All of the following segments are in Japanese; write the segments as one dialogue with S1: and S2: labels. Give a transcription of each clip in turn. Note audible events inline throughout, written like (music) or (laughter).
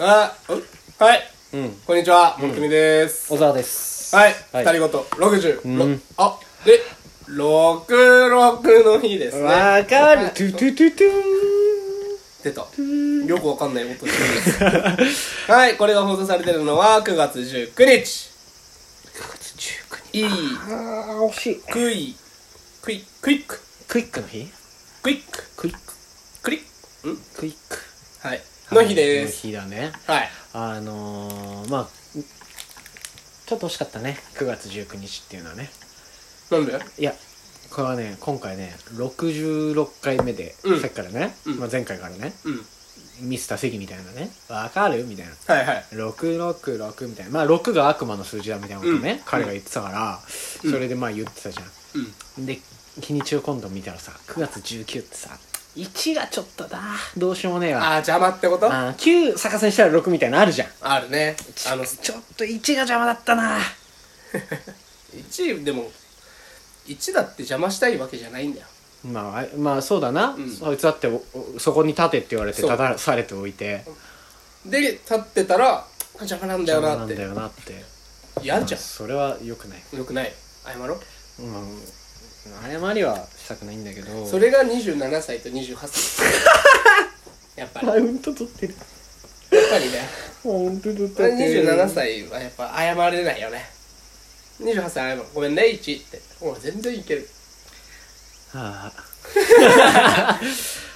S1: あ、んはい、
S2: うん
S1: こんにちは、もっくみです。
S2: 小沢です
S1: はい、
S2: はい
S1: 二人ごと、60、
S2: うん
S1: ろあ、で、66の日ですね。
S2: わか
S1: は
S2: る
S1: い
S2: トゥトゥトゥトゥ
S1: 出た。よくわかんない音してる。はい、これが放送されてるのは9月19日。いい、
S2: ーんあー惜しい
S1: クイ、クイ、クイック、
S2: クイックの日
S1: クイック、
S2: クイック
S1: クリック、ん
S2: クイック
S1: はい、の日で
S2: の
S1: す。
S2: 日だね
S1: はい。
S2: あのー、まあちょっと惜しかったね9月19日っていうのはね
S1: なんで
S2: いやこれはね今回ね66回目で、
S1: うん
S2: さっきからね、
S1: うん
S2: まあ、前回からね
S1: うん。
S2: ミスター関みたいなねわかるみたいな
S1: はいはい。
S2: 666みたいなまあ6が悪魔の数字だみたいなことね、
S1: うん
S2: 彼が言ってたから、
S1: うん
S2: それでまあ言ってたじゃ
S1: うん。
S2: んで日にちを今度見たらさ9月19ってさ1がちょっとだどうしようもねえ
S1: あー
S2: わあ、
S1: 邪魔ってこと
S2: あー9逆さにしたら6みたいなのあるじゃん
S1: あるね。あの、
S2: ちょっと1が邪魔だったな
S1: 1でも1だって邪魔したいわけじゃないんだよ
S2: まああいまあそうだな、
S1: ん
S2: そいつだっておおそこに立てって言われて
S1: そう
S2: 立たされておいて
S1: で立ってたら邪魔なんだよ
S2: 邪
S1: なっ
S2: 魔なんだ
S1: て
S2: よなって
S1: やんじゃ
S2: まあそれはよくない、
S1: んよくない謝ろ
S2: うん、謝りはしたくないんだけど
S1: それが27歳と28歳
S2: (laughs)
S1: やっぱりやっ
S2: ウント取ってる
S1: ぱりね
S2: ほんとだった
S1: 27歳はやっぱ謝れないよね28歳謝るごめんね1ってお前全然いける
S2: は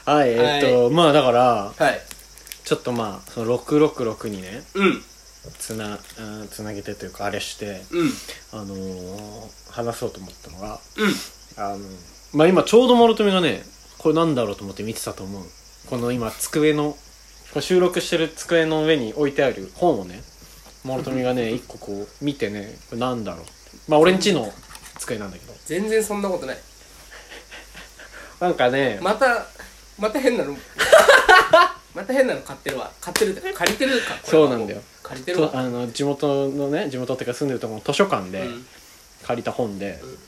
S2: あ (laughs) はいえっと、まあだから
S1: はい
S2: ちょっとまあその666にね
S1: うん
S2: つなうんつなげてというかあれして
S1: うん
S2: あのー話そうと思ったのが
S1: うん
S2: あのまあ今ちょうど諸富がねこれなんだろうと思って見てたと思うこの今机のこれ収録してる机の上に置いてある本をね諸富が (laughs) ね一個こう見てねこれなんだろうってまあ俺んちの机なんだけど
S1: 全然そんなことない
S2: なんかね、
S1: またまた変
S2: (laughs)
S1: なのまた変なの買ってるわ買ってるって借りてるかこれは
S2: そうなんだよ
S1: 借りてる
S2: と
S1: わ
S2: あの地元のね地元っていうか住んでるところの図書館で
S1: うん
S2: 借りた本で、
S1: ん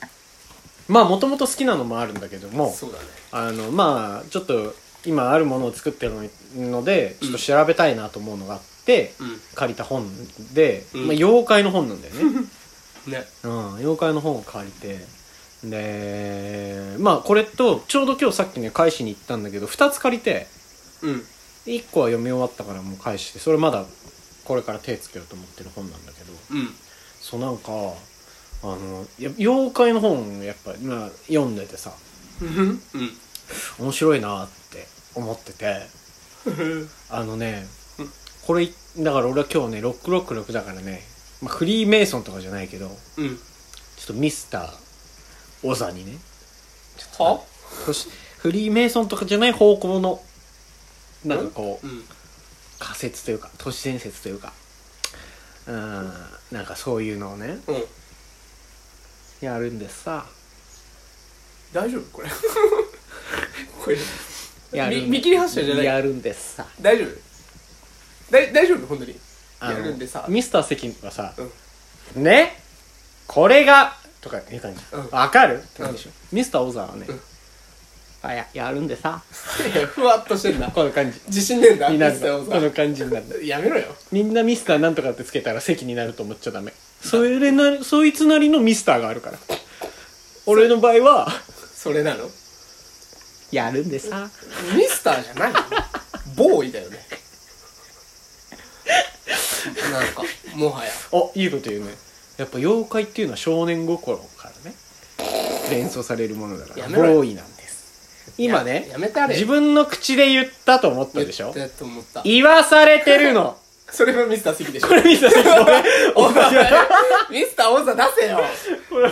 S2: まあもともと好きなのもあるんだけども
S1: そうだね
S2: あのまあちょっと今あるものを作ってるののでちょっと調べたいなと思うのがあって、
S1: う
S2: 借りた本で、
S1: うん
S2: まあ、妖怪の本なんだよね、 (laughs)
S1: んね
S2: うん、妖怪の本を借りてでまあこれとちょうど今日さっきね返しに行ったんだけど2つ借りて
S1: うん
S2: 1個は読み終わったからもう返してそれまだこれから手つけようと思ってる本なんだけど
S1: うん
S2: そうなんかあのや妖怪の本をやっぱ、まあ、読んでてさ
S1: うん
S2: 面白いなって思っててあのねこれだから俺は今日ね666だからね、まあ、フリーメイソンとかじゃないけどちょ
S1: うん
S2: っとミスターオ
S1: (laughs)
S2: ザにね
S1: は
S2: そしフリーメイソンとかじゃない方向のなんかこう
S1: うん
S2: 仮説というか都市伝説というかうんなんかそういうのをね
S1: うん
S2: やるんでさ
S1: 大丈夫これこれ
S2: やるんで
S1: み見切り発車じゃない
S2: やるんでさ
S1: 大丈夫だい大丈夫本当に
S2: あの
S1: やるんでさ
S2: ミスター関はさ
S1: うん
S2: 「ねこれが」とか言う感じ
S1: うん
S2: 「わかる?」って感じでしょ
S1: うん
S2: ミスター・オザーはね
S1: うん
S2: あややるんでさ
S1: いやふわっとしてんな
S2: この感じ
S1: 自信ねえんだ
S2: にな
S1: ミ
S2: る
S1: スターを
S2: のこの
S1: さ
S2: 感じに
S1: (laughs)
S2: なるの
S1: やめろよ
S2: みんなミスターなんとかってつけたら関になると思っちゃダメそれなりそいつなりのミスターがあるから俺の場合は
S1: それなの
S2: やるんでさ
S1: ミスターじゃないよボーイだよねなんかもはや
S2: あいいこと言うねやっぱ妖怪っていうのは少年心からね連想されるものだから
S1: やめろよ
S2: ボーイなんです今ね
S1: ややめてあれ
S2: 自分の口で言ったと思ったでしょ
S1: 言ったと思った
S2: 言わされてるの
S1: それはミスター好きでしょ
S2: これミスター関
S1: お
S2: 俺
S1: 前ミスターオンザ出せよ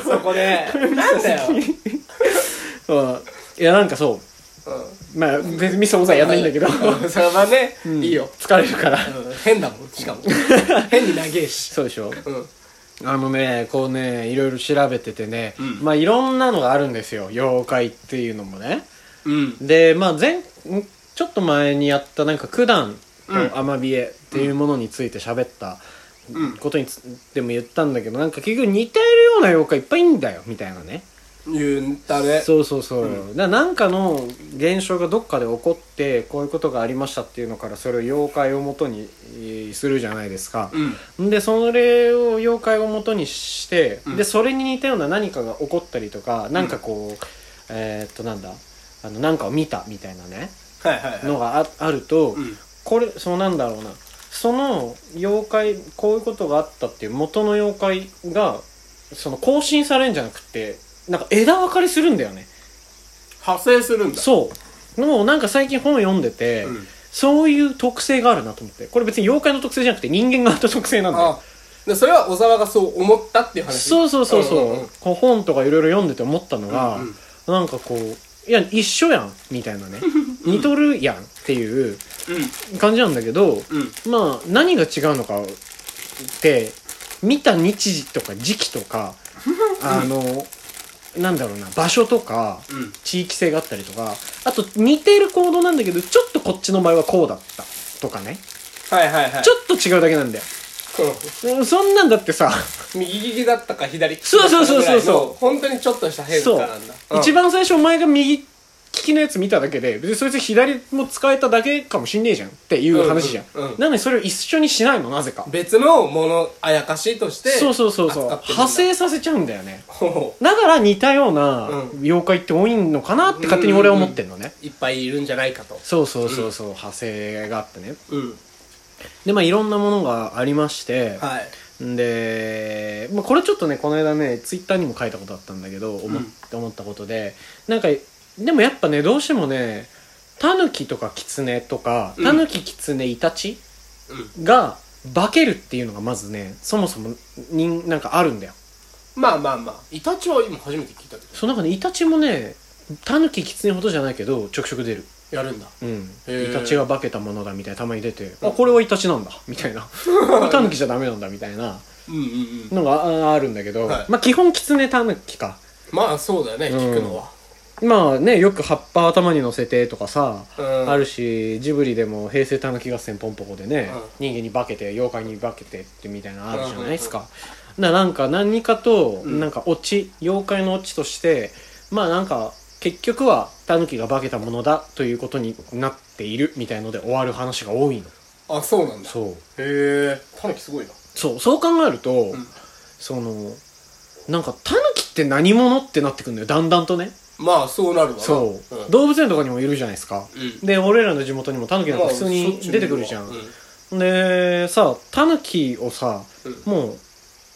S1: そこでなんだよ、うん、
S2: うんいやなんかそうまあ別にミスターおさんやんないんだけど、
S1: うんそれはね、いいよ、
S2: 疲れるから
S1: うん、変だもんし
S2: (laughs)
S1: かも変に長えし
S2: そうでしょ
S1: うん
S2: あのねこうねいろいろ調べててね、
S1: うん
S2: まあいろんなのがあるんですよ妖怪っていうのもね
S1: うん
S2: でまあ前んちょっと前にやったなんか九段
S1: うん
S2: とアマビエっていうものについて喋った
S1: うん
S2: ことにつでも言ったんだけどなんか結局似てるような妖怪いっぱいいんだよみたいなね
S1: 言ったね
S2: そうそうそう、だなんかの現象がどっかで起こってこういうことがありましたっていうのからそれを妖怪をもとにえーするじゃないですか、
S1: うん
S2: でそれを妖怪をもとにして、
S1: うん
S2: でそれに似たような何かが起こったりとかなんかこう、えーっとなんだあのなんかを見たみたいなね
S1: はいはいはい
S2: のがああると、
S1: うん
S2: これそうなんだろうなその妖怪こういうことがあったっていう元の妖怪がその更新されるんじゃなくてなんか枝分かれするんだよね
S1: 派生するんだ
S2: そうもうなんか最近本読んでて、
S1: うん
S2: そういう特性があるなと思ってこれ別に妖怪の特性じゃなくて人間側の特性なんだよ
S1: あでそれは小沢がそう思ったっていう話
S2: そうそうそうそう,、
S1: んんん
S2: こう本とかいろいろ読んでて思ったのが、
S1: うんうん
S2: なんかこういや一緒やんみたいなね似とるやんっていう感じなんだけど、
S1: うんうん
S2: まあ何が違うのかって見た日時とか時期と
S1: (laughs)
S2: かあの、なんだろうな場所とか
S1: うん
S2: 地域性があったりとかあと似てる行動なんだけどちょっとこっちの場合はこうだったとかね
S1: はいはいはい
S2: ちょっと違うだけなんだようんそんなんだってさ
S1: うん右利きだったか左利き
S2: そうそうそうそうそう
S1: だったかぐらいの本当にちょっとした変化なんだ
S2: そう、一番最初お前が右利きのやつ見ただけで別にそいつ左も使えただけかもしんねえじゃんっていう話じゃん、
S1: うんうんうん
S2: なのにそれを一緒にしないのなぜか
S1: うん別のものあやかしとして
S2: そうそうそうそう
S1: 扱ってるんだ
S2: 派生させちゃうんだよね
S1: ほ
S2: だから似たような
S1: うん
S2: 妖怪って多いのかなって勝手に俺は思ってんのね、
S1: ういっぱいいるんじゃないかと
S2: そうそうそうそう派生があってね
S1: うん
S2: でまあいろんなものがありまして、
S1: はい
S2: で、まあ、これちょっとねこの間ねツイッターにも書いたことあったんだけど思,、
S1: うん
S2: 思ったことでなんかでもやっぱねどうしてもねタヌキとかキツネとか
S1: うん
S2: タヌキキツネイタチ
S1: うん
S2: が化けるっていうのがまずねそもそもになんかあるんだよ
S1: まあまあまあイタチは今初めて聞いたけど
S2: その中でイタチもねタヌキキツネほどじゃないけどちょくちょく出る
S1: やるんだ
S2: うん
S1: へー
S2: イタチが化けたものだみたいなたまに出て、あこれはイタチなん
S1: (laughs)
S2: だみたいな (laughs) これタヌキじゃダメなんだみたいな
S1: うんうんうん
S2: のがああるんだけど、
S1: はい
S2: まあ基本キツネタヌキか
S1: まあそうだよね
S2: うん
S1: 聞くのは
S2: まあねよく葉っぱ頭に乗せてとかさ、
S1: うん
S2: あるしジブリでも「平成たぬき合戦ポンポコ」でね、
S1: うん
S2: 人間に化けて妖怪に化けてってみたいなのあるじゃないです
S1: うん
S2: か、ななんか何かと、
S1: うん
S2: なんかオチ妖怪のオチとしてまあなんか結局はタヌキが化けたものだということになっているみたいので終わる話が多いの
S1: あそうなんだへ
S2: そう
S1: えタヌキすごいな
S2: そうそう考えると、
S1: ん
S2: そのなんかタヌキって何者ってなってくるのよだんだんとね
S1: まあそうなるわな
S2: そう、
S1: うん
S2: 動物園とかにもいるじゃないですか、
S1: うん
S2: で俺らの地元にもタヌキなん
S1: ま
S2: か
S1: あ
S2: 普通に出てくるじゃん、
S1: そっちにいるわ
S2: でさタヌキをさ
S1: うん
S2: もう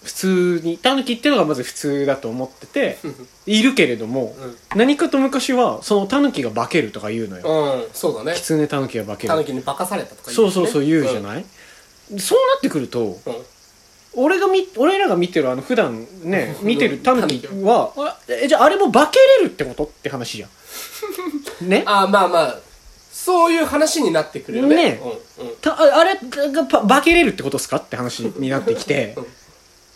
S2: 普通にタヌキっていうのがまず普通だと思ってているけれども、
S1: うん
S2: 何かと昔はそのタヌキが化けるとか言うのよ、
S1: うんうんそうだね
S2: キツネタヌキが化け
S1: タヌ
S2: る
S1: キに化かされたとか
S2: そうそうそう言うじゃ
S1: い
S2: ない、そうなってくると俺がみ俺らが見てるあの普段
S1: (laughs)
S2: ね見てるタヌキはあえじゃああれも化けれるってことって話じゃ
S1: (laughs)
S2: んね
S1: ああまあまあそういう話になってくるよね
S2: ねたああれがパ化けれるってことですかって話になってきて
S1: うん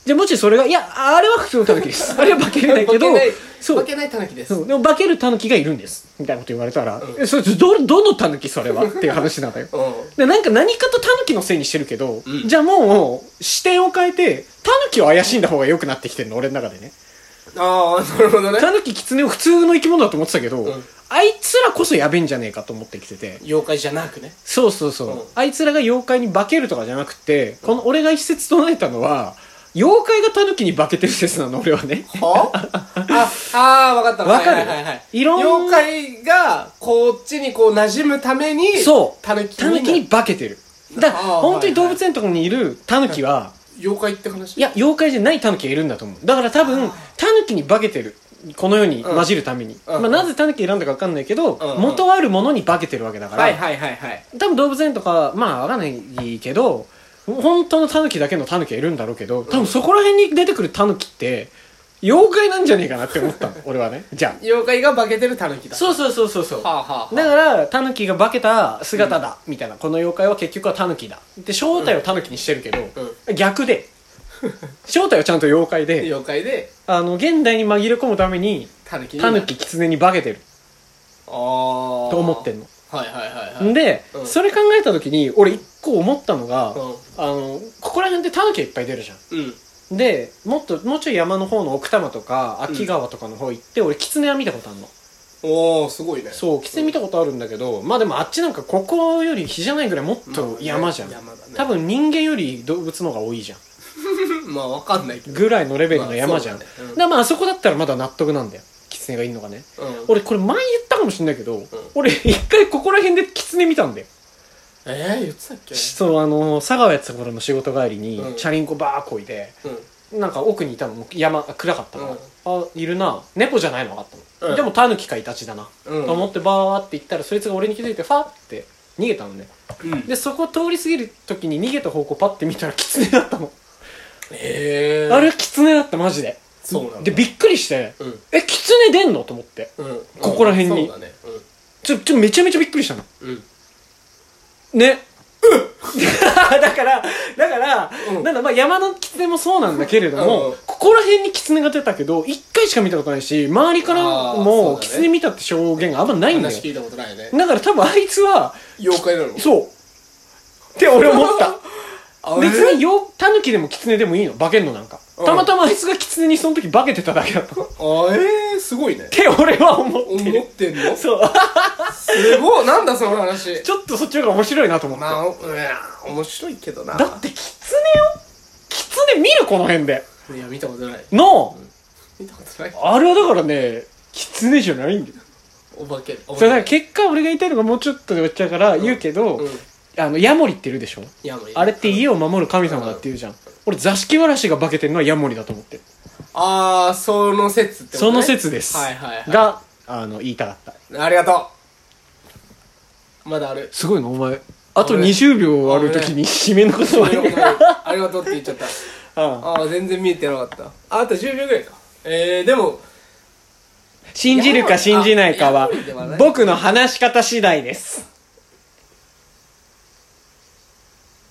S2: じゃあもしそれがいやあれは普通のタヌ
S1: (laughs)
S2: キですあれは化けれないけど
S1: 化けない
S2: そう
S1: 化けないタヌキです
S2: そうでも化けるタヌキがいるんですみたいなこと言われたら、
S1: うん
S2: えそれどどのタヌキそれはっていう話なんだよ
S1: (laughs) う
S2: でなんか何かとタヌキのせいにしてるけど、
S1: うん
S2: じゃあもう視点を変えてタヌキを怪しんだ方が良くなってきてるの俺の中でね
S1: んああなるほどね
S2: タヌキキツネを普通の生き物だと思ってたけど、
S1: うん
S2: あいつらこそやべえんじゃねえかと思ってきてて
S1: 妖怪じゃなくね
S2: そうそうそう、
S1: うん
S2: あいつらが妖怪に化けるとかじゃなくてこの俺が一説唱えたのは妖怪がタヌキに化けてる説なの俺はね
S1: はあああ分かった
S2: わかる
S1: はいはいはい
S2: いろん
S1: 妖怪がこっちにこう馴染むために
S2: そう
S1: タヌキ
S2: タヌキに化けてるだから
S1: あー
S2: 本当に動物園とかにいるタヌキは
S1: 妖怪って話
S2: いや妖怪じゃないタヌキがいるんだと思うだから多分タヌキに化けてるこの世に
S1: うん
S2: 混じるために、
S1: うん
S2: まあ、なぜタヌキ選んだか分かんないけど、
S1: うんうん
S2: 元あるものに化けてるわけだから、
S1: はいはいはいはい
S2: 多分動物園とかまあわかんないけど本当のタヌキだけのタヌキがいるんだろうけど多分そこら辺に出てくるタヌキって妖怪なんじゃねえかなって思 (laughs) ったの俺はねじゃ
S1: 妖怪が化けてるタヌキ
S2: あ
S1: だ
S2: そうそうそうそうそう
S1: はあ
S2: だ
S1: はあはあ
S2: からタヌキが化けた姿だ、みたいなこの妖怪は結局はタヌキだで正体をタヌキにしてるけど、逆で正体はちゃんと妖怪で
S1: 妖怪で
S2: あの現代に紛れ込むために
S1: タヌキに
S2: タヌキキツネに化けてる
S1: ああ
S2: と思ってんの
S1: はいはいはいはい
S2: んで、
S1: うん
S2: それ考えた時に俺一個思ったのが、
S1: うん
S2: あのここら辺ってタヌキがいっぱい出るじゃん
S1: うん
S2: でもっともうちょい山の方の奥多摩とか秋川とかの方行って、俺狐は見たことあるの
S1: おおすごいね
S2: そう狐見たことあるんだけど、まあでもあっちなんかここより日じゃないぐらいもっと山じゃん、
S1: まあね山だね
S2: 多分人間より動物の方が多いじゃん
S1: まあわかんないけど
S2: ぐらいのレベルの山じゃん、
S1: まあ
S2: だ
S1: そうだねうん
S2: からまああそこだったらまだ納得なんだよ狐がいるのがね
S1: うん
S2: 俺これ前言ったかもしれないけど、俺一回ここら辺で狐見たんだよ
S1: えー、言ってたっけ
S2: そうあの佐川やってた頃の仕事帰りに、
S1: うん
S2: チャリンコバーこいで
S1: う
S2: なんか奥にいたのもう山暗かったから、あいるな猫じゃないの分かったの、
S1: うん
S2: でもタヌキかイタチだな、
S1: うん
S2: と思ってバーって行ったらそいつが俺に気づいてファーって逃げたのね
S1: んうん
S2: でそこ通り過ぎる時に逃げた方向パッて見たら狐だったの、
S1: えー、
S2: あれ狐だったマジで
S1: そうなんだ
S2: でびっくりして、
S1: うん
S2: え狐出んのと思って
S1: うん
S2: ここら辺に
S1: そうだね
S2: ちょちょめちゃめちゃびっくりしたの
S1: うんうん
S2: ね (laughs) だからだから、
S1: うん
S2: なんだまあ山の狐もそうなんだけれども、
S1: うん
S2: ここら辺に狐が出たけど1回しか見たことないし周りから
S1: あーそう
S2: も
S1: だね
S2: 狐見たって証言があんまないんだよ
S1: 話聞いたことないね
S2: だから多分あいつは
S1: 妖怪なの
S2: そうって俺思った
S1: (laughs) あ
S2: 別
S1: えー
S2: によタヌキでも狐でもいいの化けんのなんか
S1: うん
S2: たまたまあいつが狐にその時化けてただけだ
S1: (laughs)
S2: ったのっ
S1: あえー、すごいね
S2: て俺は思って
S1: 思ってんのす
S2: そう (laughs)
S1: ごいなんだその話
S2: ちょっとそっちの方が面白いなと思って、
S1: まあうん面白いけどな
S2: だって狐よ狐見るこの辺で
S1: いや見たことない
S2: の、
S1: 見たことない
S2: あれはだからね、狐じゃないんだよ。
S1: お化けお化
S2: そ
S1: け
S2: れだから結果俺が言いたいのがもうちょっとで終わっちゃうから言うけど、
S1: うん
S2: あの、ヤモリっているでしょ
S1: ヤモリ
S2: あれって家を守る神様だって言うじゃん。俺座敷わらしが化けてるのはヤモリだと思ってる。
S1: あーその説ってこと、ね、
S2: その説です。
S1: はいはいは
S2: が、あの、言いたかった。
S1: いありがとうまだある
S2: すごいのお前。あと
S1: 俺
S2: 20秒ある時に締めの言葉
S1: (laughs) ありがとうご
S2: 言う
S1: ざいますありがとうって言っちゃった
S2: うん
S1: ああ全然見えてなかったああと10秒ぐらいかえー、でも
S2: 信じるか信じないかは
S1: ヤモリではない、
S2: 僕の話し方次第です。